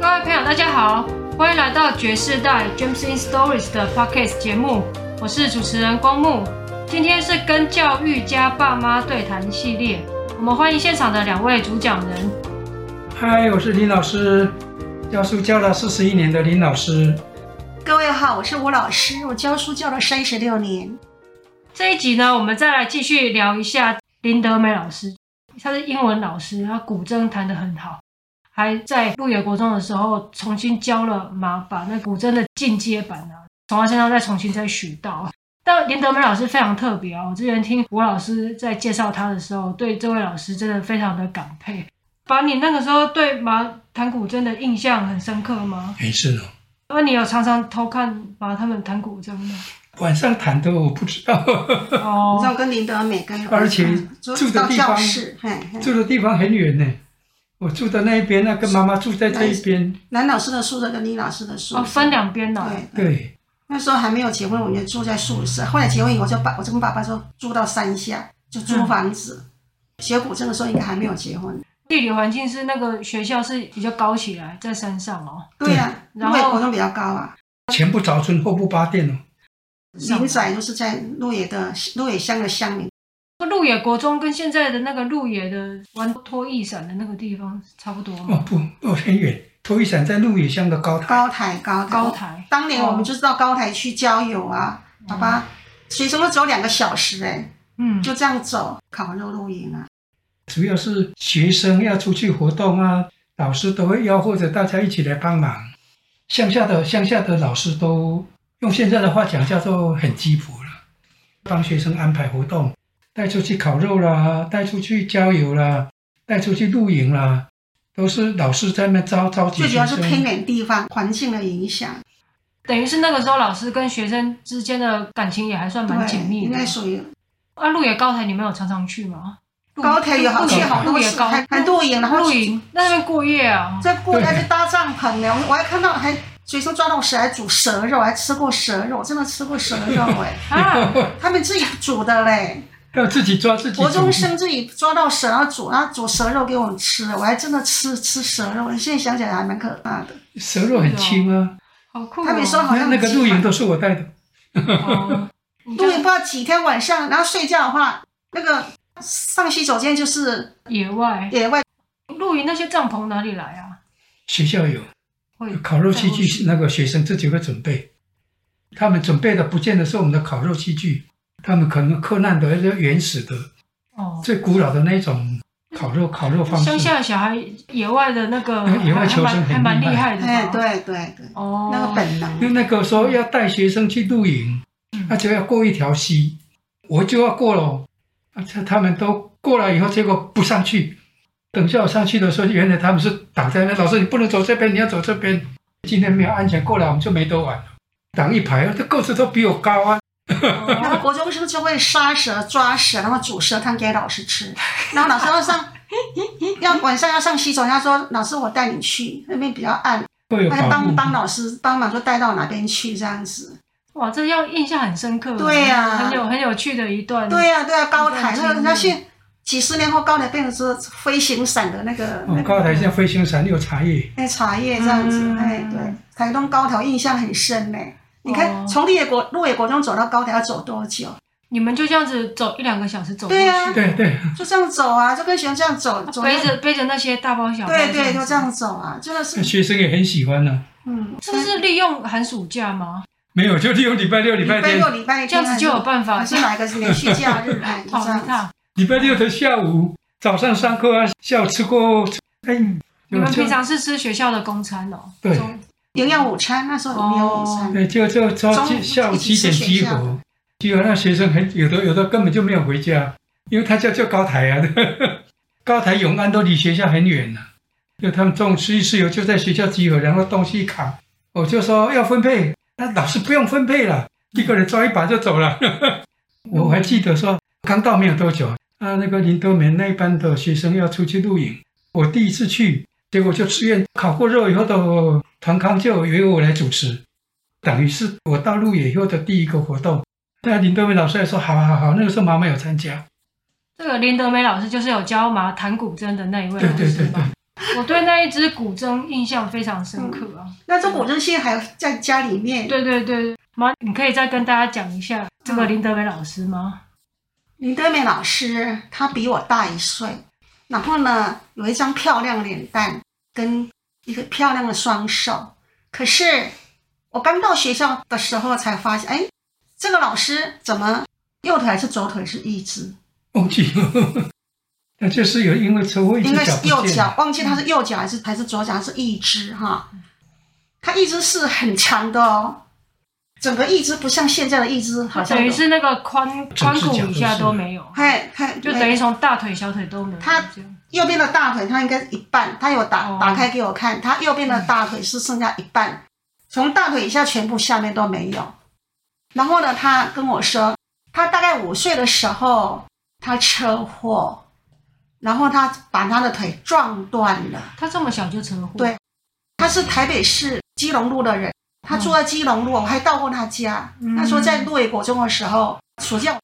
各位朋友，大家好，欢迎来到《爵士代 James in Stories》的 Podcast 节目，我是主持人光木。今天是跟教育家爸妈对谈系列，我们欢迎现场的两位主讲人。嗨，我是林老师，教书教了四十一年的林老师。各位好，我是吴老师，我教书教了三十六年。这一集呢，我们再来继续聊一下林德美老师，她是英文老师，她古筝弹得很好，还在鹿野国中的时候重新教了嘛，把那古筝的进阶版啊，从她身上再重新再学到。但林德美老师非常特别啊，我之前听吴老师在介绍她的时候，对这位老师真的非常的感佩。把你那个时候对麻弹古筝的印象很深刻吗？没事哦，那你有常常偷看麻他们弹古筝吗？晚上弹的我不知道， 哦你知道跟林德美跟而且就住的嗯到地教方室，嘿嘿住的地方很远呢。我住的那一边，那跟妈妈住在这一边。男老师的宿舍跟李老师的宿舍哦，分两边呢、对对。对，那时候还没有结婚，我就住在宿舍。后来结婚以后，我就爸我就跟爸爸说住到山下，就租房子。学古筝的时候应该还没有结婚。地理环境是那个学校是比较高起来，在山上哦。对呀、啊，然因后为古筝比较高啊。前不着村后不搭店哦。上林仔就是在鹿野的鹿野乡的乡民，那鹿野国中跟现在的那个鹿野的玩拖翼伞的那个地方差不多哦吗？不，哦很远。头一伞在鹿野乡的高台，高台高台高台当年我们就是到高台去郊游啊，爸爸随中都走两个小时哎、嗯，就这样走烤肉露营啊。主要是学生要出去活动啊，老师都会吆喝着大家一起来帮忙。乡下的乡下的老师都用现在的话讲叫做很鸡婆了，帮学生安排活动，带出去烤肉啦，带出去郊游啦，带出去露营啦，都是老师在那招召集最主学要是偏生。远地方环境的影响，等于是那个时候老师跟学生之间的感情也还算蛮紧对，密应的该。属于啊，鹿野高台你们有常常去吗？鹿高台有好鹿去野好鹿多野次，高还还露营，然后露营，在那边过夜啊。在过对还是搭帐篷呢。我我还看到还随身抓到蛇，还煮蛇肉，还吃过蛇肉，真的吃过蛇肉 哎、 啊，他们自己煮的嘞。要自己抓自己煮。国中生自己抓到蛇，然后煮，然后煮蛇肉给我们吃，我还真的吃吃蛇肉，现在想起来还蛮可怕的。蛇肉很轻啊，好酷、哦！他们说好那像那个几露营晚都是我带的，哦，你露就营不知道几天晚上，然后睡觉的话，那个上洗手间就是野外野外，露营那些帐篷哪里来啊？学校有。会烤肉器在具那个学生自己会准备，他们准备的不见得是我们的烤肉器具，他们可能克难的那个原始的哦，最古老的那种烤肉烤肉方乡式。下的小孩野外的那个 嗯野外求生还还蛮很厉还蛮厉害害的吧，哎，对对对，哦，那个本能。因为那个时候要带学生去露营，那就要过一条溪，我就要过了，啊，这他们都过了以后，结果不上去。等下我上去的时候，原来他们是挡在那，老师你不能走这边，你要走这边。今天没有安全过来，我们就没得玩了。挡一排，这个子都比我高啊，然后哦国中生就会杀蛇、抓蛇，然后煮蛇汤给老师吃，然后老师 要上，要晚上要上洗手间，他说老师我带你去那边比较暗，会有他就保护帮。帮老师帮忙说带到哪边去这样子。哇，这要印象很深刻，对啊很有很有趣的一段，对呀、对呀、高台嗯那个那现几十年后高台变成是飞行伞的那个哦，那高个台像飞行伞有茶叶，那茶叶这样子嗯，哎对，台东高台我印象很深呢。你哦看从立野国鹿野国中走到高台要走多久？你们就这样子走一两个小时走过去，对啊对对，就这样走啊，就跟学生这样走 走。背着背着那些大包小包，对对，就这，样走啊，真的是那学生也很喜欢呢、嗯，这是利用寒暑假吗？没有，就利用礼拜六、礼礼拜拜天、六、礼拜天这样子就有办法哦还是哪一个连续假日？ 哎，就跑这样一子。趟。礼拜六的下午、早上上课啊，下午吃过，哎，你们就平常是吃学校的公餐哦，对中营养午餐那时候营养午餐，对，就就就中午下午一起几吃点集学校合，集合那学生很有的有的根本就没有回家，因为他叫叫高台啊， 高台永安都离学校很远呢、啊，就他们中午吃一吃油就在学校集合，然后东西扛，我就说要分配，那老师不用分配了，一个人抓一把就走了。 我还记得说刚到没有多久啊，那个林德梅那一班的学生要出去露营，我第一次去，结果就志愿烤过肉以后的团康就由我来主持，等于是我到鹿野以后的第一个活动。那林德梅老师还说，好好好，那个时候妈妈有参加，这个林德梅老师就是有教马弹古筝的那一位对老对师对嘛对，我对那一支古筝印象非常深刻啊。那这古筝现在还在家里面。对对对，妈，你可以再跟大家讲一下这个林德梅老师吗？林德美老师她比我大一岁，然后呢有一张漂亮的脸蛋跟一个漂亮的双手。可是我刚到学校的时候才发现，哎，这个老师怎么右腿还是左腿是一只？忘记了， 那就是有因为车祸一只 应该脚是不右见脚了，，忘记他是右脚还是还是左脚，还是一只哈。他一只是很长的哦，整个一只不像现在的一只，好像等于有是那个髋整髋只骨脚以下都是都没有，嘿嘿，就等于从大腿小腿都没有。他这样右边的大腿，它应该是一半，他有打、哦打开给我看，他右边的大腿是剩下一半，从大腿以下全部下面都没有。然后呢，他跟我说，他大概五岁的时候，他车祸，然后他把他的腿撞断了。他这么小就车祸，对他是台北市基隆路的人，他住在基隆路，我还到过他家。嗯他说在鹿野国中的时候，暑假，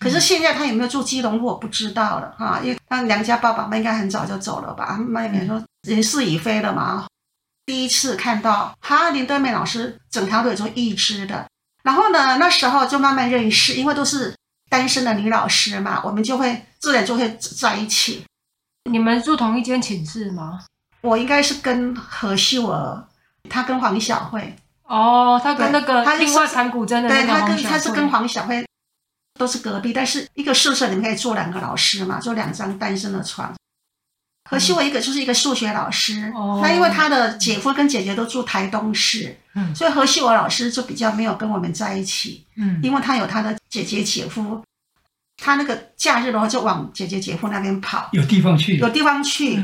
可是现在他有没有住基隆路我不知道了哈、因为他娘家爸爸妈妈应该很早就走了吧，他妈也没说人事已非了嘛。第一次看到哈林德美老师整条腿就一只的，然后呢，那时候就慢慢认识，因为都是单身的女老师嘛，我们就会自然就会在一起。你们住同一间寝室吗？我应该是跟何秀娥，她跟黄晓慧，哦，他跟那个对他是另外弹古筝的那对个他黄跟小他是跟慧黄小慧都是隔壁，但是一个宿舍里面可以坐两个老师嘛，就两张单身的床。何西我一个就是一个数学老师，嗯哦那因为他的姐夫跟姐姐都住台东市，嗯所以何西我老师就比较没有跟我们在一起，嗯因为他有他的姐姐姐夫，他那个假日的话就往姐姐姐夫那边跑，有地方去嗯有，地方去。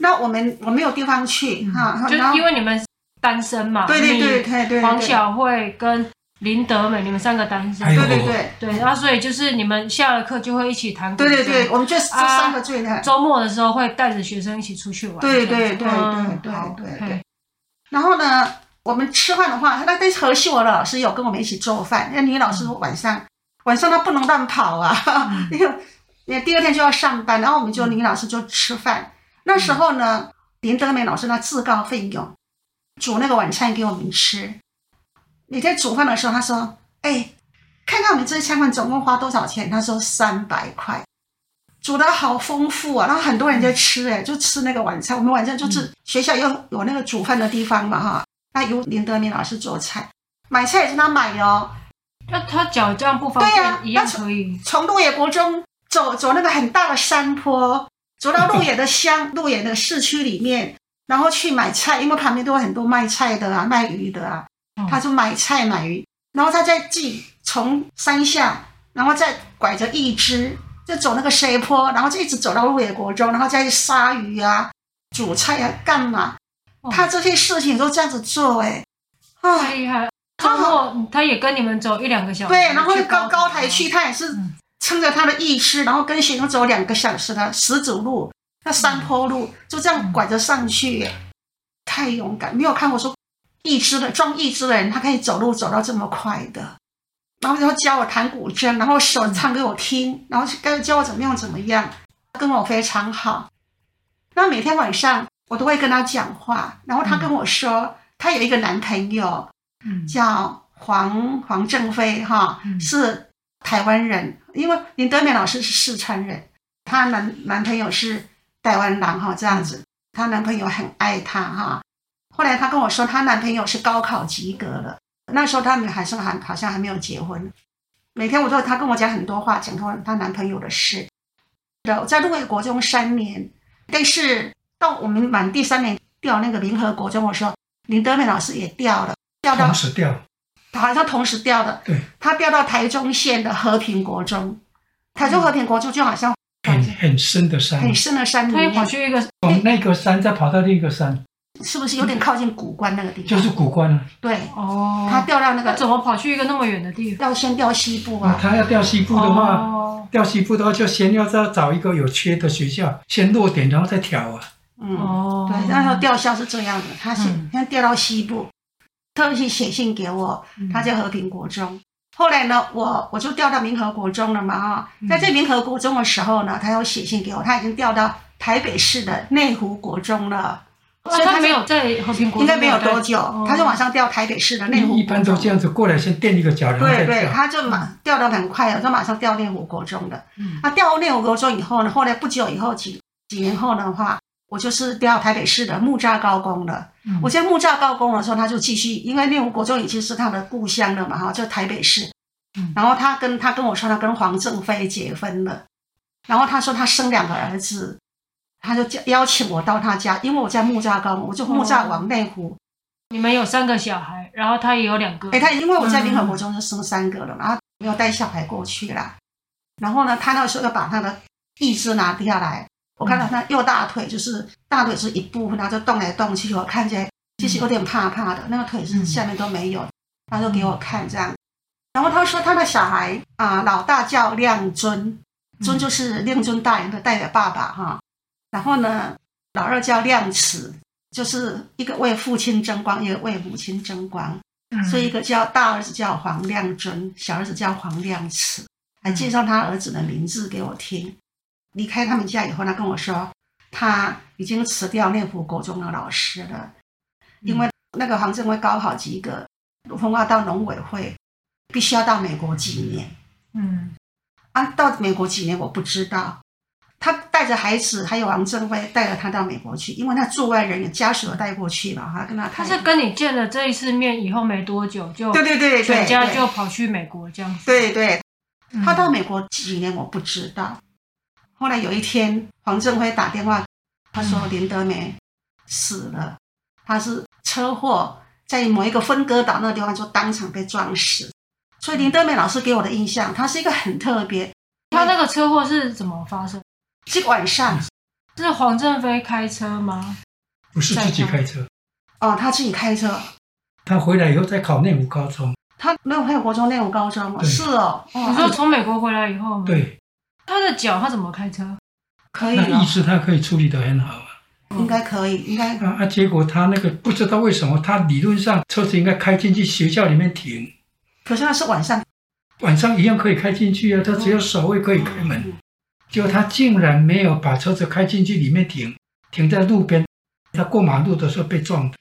那我们我没有地方去哈，嗯就嗯然后因为你们单身嘛，对对对对对你对，黄晓慧跟林德美，你们三个单身，还有对对对对，然后所以就是你们下了课就会一起弹古筝，对对对，我们就这啊三个最的。周末的时候会带着学生一起出去玩，对对这样子对对对嗯对好对嘿。然后呢，我们吃饭的话，那但是何秀娥老师有跟我们一起做饭，那女老师晚上、晚上她不能乱跑啊， 因为因为第二天就要上班，然后我们就女老师就吃饭。那时候呢，林德美老师她自告奋勇煮那个晚餐给我们吃。你在煮饭的时候，她说：“哎、看看我们这一餐饭总共花多少钱？”她说：“三百块。”煮的好丰富啊，然后很多人在吃、哎，就吃那个晚餐。我们晚上就是学校又有那个煮饭的地方嘛，哈，那由林德明老师做菜，买菜也是他买的哦。那他脚这样不方对啊便，一样那是可以，从鹿野国中走走那个很大的山坡，走到鹿野的乡、 鹿野的市区里面，然后去买菜，因为旁边都有很多卖菜的啊、卖鱼的啊嗯，他就买菜买鱼，然后他再自己从山下，然后再拐着一只，就走那个斜坡，然后就一直走到鹿野国中，然后再去杀鱼啊、煮菜啊、干嘛哦？他这些事情都这样子做、欸，哎，啊，太厉害。周他好末他也跟你们走一两个小时，对，然后高高台台区，他也是嗯撑着他的意识，然后跟学生走两个小时的石子路，那山坡路嗯就这样拐着上去，太勇敢，没有看过说一只的装一只的人，他可以走路走到这么快的。然后就教我弹古筝，然后手唱给我听，然后该教我怎么样怎么样，跟我非常好。那每天晚上我都会跟他讲话，然后他跟我说，他有一个男朋友，嗯叫黄黄正飞哈，嗯是台湾人，因为林德美老师是四川人，她男男朋友是台湾人哈，这样子，她男朋友很爱她哈。后来她跟我说，她男朋友是高考及格了，那时候他们还是还好像还没有结婚。每天我都她跟我讲很多话，讲她她男朋友的事。我在陆野国中三年，但是到我们满第三年调那个联合国中，我说林德美老师也调了，调到同时掉，好像同时调的，对，他调到台中县的和平国中，台中和平国中就好像很嗯很深的山很，深的山里他也跑面，去一个从那个山再跑到另一个山，是不是有点靠近古关那个地方？就是古关了。对，哦，他调到那他个怎么跑去一个那么远的地方？要先调西部啊，啊，他要掉西部的话，哦掉西部的话就先要再找一个有缺的学校，先落点，然后再调啊。嗯，哦，对，那时候调校是这样的，他是嗯他调到西部，特意写信给我，嗯他在和平国中，后来呢，我我就调到民和国中了嘛啊、嗯在这民和国中的时候呢，他有写信给我，他已经调到台北市的内湖国中了，所以他没有在和平国应该没有多久，哦他就往上调台北市的内湖国中。一般都这样子过来，先垫一个脚，然后对再嗯对，跳。他就马调的很快，就马上调内湖国中的。嗯那调内湖国中以后呢，后来不久以后几几年后的话，我就是调台北市的木栅高工了。嗯我在木栅高工的时候，他就继续，因为内湖国中已经是他的故乡了嘛，哈，就台北市嗯。然后他跟他跟我说，他跟黄正飞结婚了，然后他说他生两个儿子，他就叫邀请我到他家，因为我在木栅高工，我就木栅往内湖。你们有三个小孩，然后他也有两个，哎、他因为我在联合国中就生三个了嘛，然后没有带小孩过去啦。然后呢，他那时候又把他的义肢拿掉来，我看到他右大腿就是大腿是一部分，然后就动来动去，我看起来其实有点怕怕的，那个腿是下面都没有，他就给我看这样。然后他说他的小孩啊、老大叫亮尊，尊就是亮尊大人的代表爸爸哈。然后呢，老二叫亮慈，就是一个为父亲争光，一个为母亲争光。嗯所以一个叫大儿子叫黄亮尊，小儿子叫黄亮慈，还嗯介绍他儿子的名字给我听。离开他们家以后，他跟我说，他已经辞掉内湖国中的老师了，嗯因为那个黄正辉高考及格，分化到农委会，必须要到美国几年嗯啊。到美国几年我不知道。他带着孩子，还有王正辉带着他到美国去，因为他驻外人员家属都带过去了，他跟他他太是跟你见了这一次面以后没多久就对对对对，全家对就跑去美国这样子，对对，嗯他到美国几年我不知道。后来有一天，黄正辉打电话，他嗯说林德梅死了，他是车祸在某一个分割岛那个地方就当场被撞死。所以林德梅老师给我的印象，他是一个很特别。他那个车祸是怎么发生？这个晚上嗯是黄正飞开车吗？不是自己开车，哦，他自己开车，他回来以后再考内湖高中。他那会有国中那种高中哦，对是哦，哦你说从美国回来以后吗？，对，他的脚他怎么开车？可以那了意，思他可以处理得很好啊。应嗯该可以，应该啊啊！结果他那个不知道为什么，他理论上车子应该开进去学校里面停，可是那是晚上晚上一样可以开进去啊。他只有守卫可以开门，结果他竟然没有把车子开进去里面停，停在路边。他过马路的时候被撞的，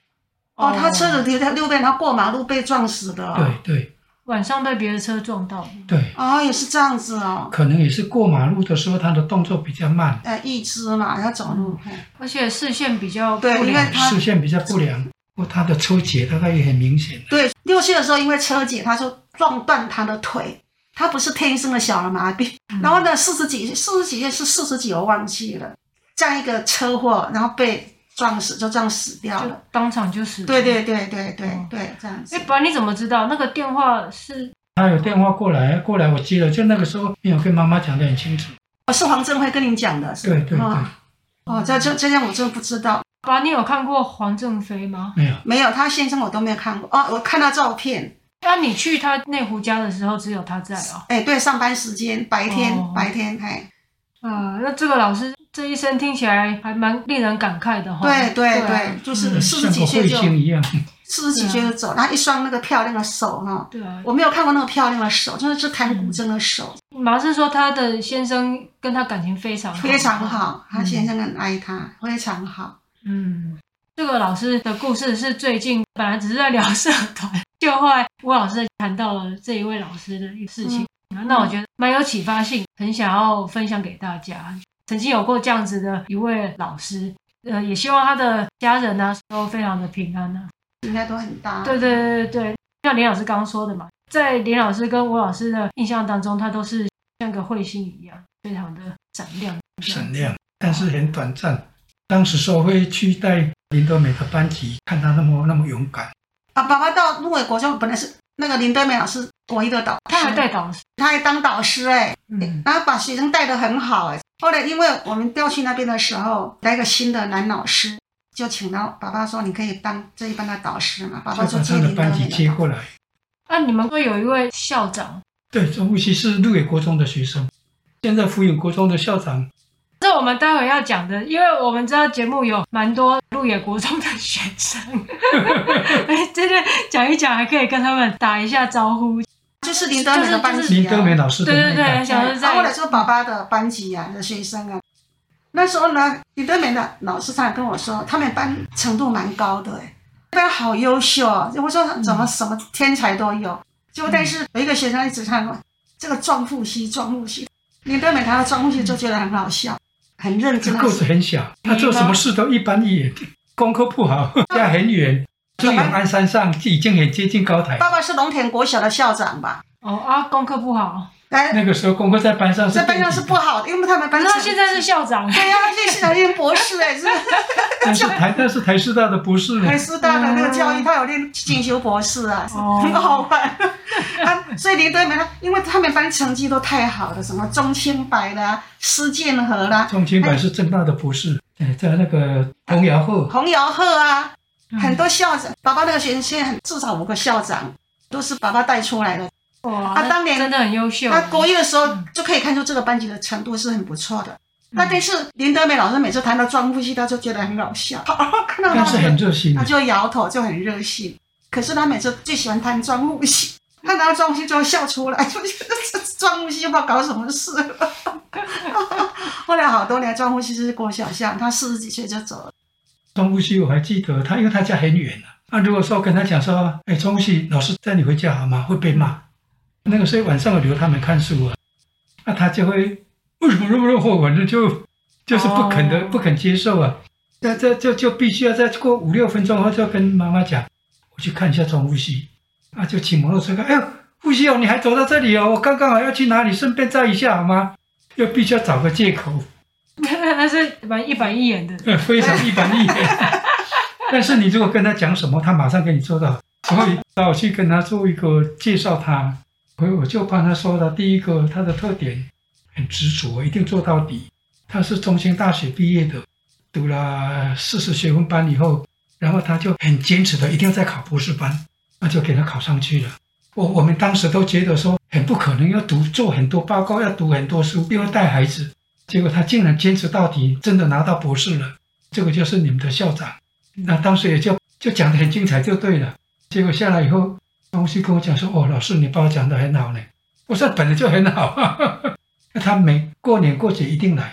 哦，他车子停在路边，他过马路被撞死的、哦。对对晚上被别的车撞到，对，哦，也是这样子哦，可能也是过马路的时候他的动作比较慢，呃，一只嘛，要走路，嘿而且视线比较对不因良为他啊视线比较不良，或他的抽结大概也很明显。对，六岁的时候因为车姐，他就撞断他的腿，他不是天生的小儿麻痹，然后呢，四十几四十几岁是四十几，我忘记了，这样一个车祸，然后被撞死，就这样死掉就了。当场就死。对。对对对对哦对，这样子哎，。不然你怎么知道那个电话是？他有电话过来，过来我接了，就那个时候没有跟妈妈讲得很清楚。哦，是黄正辉跟你讲的，是吧对对对哦，哦，这这这样我真的不知道，爸，你有看过黄正飞吗？没有，没有他先生我都没有看过。哦，我看到照片，那你去他内湖家的时候，只有他在哦。哎，对，上班时间白天、哦白天，哎，呃，那这个老师这一生听起来还蛮令人感慨的哈。对对啊对，就嗯是四十像几个岁彗就。星一样。四十几岁就走，然后一双那个漂亮的手哈，对啊。我没有看过那么漂亮的手，就是是弹古筝的手，马是说他的先生跟他感情非嗯常好非常。好。他先生很爱他，非常好。嗯，这个老师的故事是最近本来只是在聊社团，就后来吴老师谈到了这一位老师的一个事情，嗯那我觉得蛮有启发性，很想要分享给大家。曾经有过这样子的一位老师，呃，也希望他的家人呢、都非常的平安啊。应该都很搭。对对对对对，像林老师刚刚说的嘛，在林老师跟吴老师的印象当中，他都是像个彗星一样，非常的闪亮。闪亮，但是很短暂。当时说会去带林德美的班级，看他那么那么勇敢，啊，爸爸到陆伟国中本来是那个林德美老师国一的导师，他还带导师，他还当导师哎、嗯然后把学生带得很好哎、后来因为我们调去那边的时候，来个新的男老师，就请到爸爸说你可以当这一班的导师嘛，爸就爸把就接他的林德美班级接了。过来。那、你们说有一位校长，对，这尤其是鹿野国中的学生，现在福永国中的校长，这我们待会要讲的，因为我们知道节目有蛮多鹿野国中的学 生，哎，真的讲一讲还可以跟他们打一下招呼。就就是林德美的班级林德啊。美老师的对对那对，个，想对是啊，我来在是爸爸的班级啊的学生啊。那时候呢，李德美的老师常常跟我说，他们班程度蛮高的、欸，班好优秀、哦。我说怎么什么天才都有，结果但是有一个学生一直看我，这个撞复习撞复习，李德美谈到撞复习就觉得很好笑，很认这真啊个。故事很小，他做什么事都一般一眼，功课不 好，家很远，住永安山上，已经很接近高台。爸爸是龙田国小的校长吧？哦啊，功课不好，来，那个时候功课在班上是在班上是不好的，因为他们可班是上他现在是校长，对呀、啊，现在念博士哎、欸，是但是 台但是台师大的不是呢台师大的那个教育，他有练进修博士啊，是嗯哦 很好玩。啊，所以林德美他，因为他们班成绩都太好了，什么中青白啦、施建和啦、中青版是正大的不是，哎，在那个童谣后，洪尧鹤啊，嗯很多校长，爸爸那个学生现在很至少五个校长都是爸爸带出来的。哇，啊那当年真的很优秀，他 国一的时候嗯就可以看出这个班级的程度是很不错的。那但是林德美老师每次谈到庄复系，他就觉得很搞笑，看到但他 是就很热心他的。就摇头，就很热心。可是他每次最喜欢谈庄木西，他拿到庄木西就会笑出来，就 觉得这庄木西又不知道搞什么事 了。后来好多年，庄木西是郭小象，他四十几岁就走了。中呼西我还记得他，因为他家很远啊。那、如果说跟他讲说，哎，中呼西老师带你回家好吗？会被骂。那个所以晚上我留他们看书啊，那他就会为什么那么热火，反正就就是不肯的，哦不肯接受啊。那这就就必须要再过五六分钟后，就跟妈妈讲，我去看一下中呼西。啊，就骑摩托车看，哎呦，呼西哦，你还走到这里哦，我刚刚好要去哪里，顺便照一下好吗？又必须要找个借口。他是蛮一板一眼的， 呃，非常一板一眼。 但是你如果跟他讲什么，他马上给你做到。所以让我去跟他做一个介绍他，我我就帮他说了第一个他的特点，很执着，一定做到底。他是中兴大学毕业的，读了四十学分班以后，然后他就很坚持的一定要再考博士班，那就给他考上去了。我我们当时都觉得说很不可能，要读做很多报告，要读很多书，又要带孩子，结果他竟然坚持到底，真的拿到博士了。这个就是你们的校长，那当时也就就讲得很精彩就对了。结果下来以后，东西跟我讲说：“哦，老师，你把我讲得很好呢。”我说：“本来就很好。” 那他每过年过节一定来，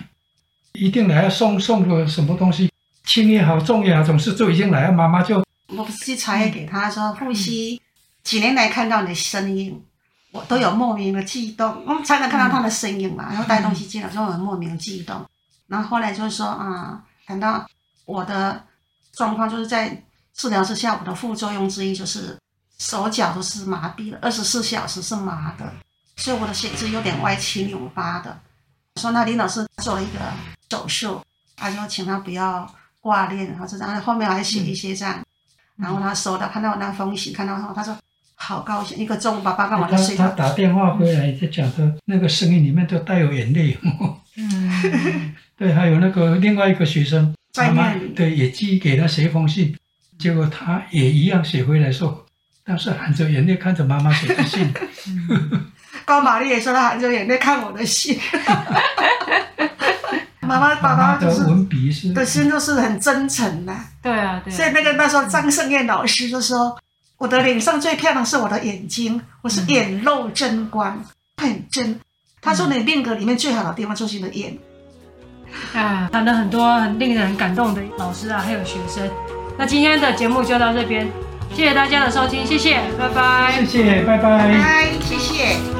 一定来要送送个什么东西，轻也好，重也好，总是就已经来了。妈妈就我不是去传给他说，呼吸，几年来看到你的身影，我都有莫名的悸动。我们常常看到他的身影嘛，然后带东西进来，就有莫名的悸动。然后后来就是说啊，谈到我的状况，就是在治疗之下，我的副作用之一就是手脚都是麻痹的，二十四小时是麻的，所以我的血脂有点歪七扭八的。说那林老师做了一个手术，他就请他不要挂念，然后这样，后面还写一些这样。嗯然后他收到，看到我那封信，看到后，他说好高兴，一个中午爸爸干嘛他就睡他着。打电话回来就讲的那个声音里面都带有眼泪。 嗯，对，还有那个另外一个学生，在妈妈那里对也寄给他写一封信，结果他也一样写回来说，但是含着眼泪看着妈妈写的信，嗯高玛丽也说她含着眼泪看我的信。 妈妈 妈爸妈爸就的是文笔是的心就是很真诚的、对啊，对所以啊，那个那时候张胜燕老师就说，我的脸上最漂亮是我的眼睛，我是眼露真光，很真。他说你命格里面最好的地方就是你的眼啊，谈了很多很令人感动的老师啊，还有学生。那今天的节目就到这边，谢谢大家的收听，谢谢，拜拜。谢谢，拜拜嗨，谢谢。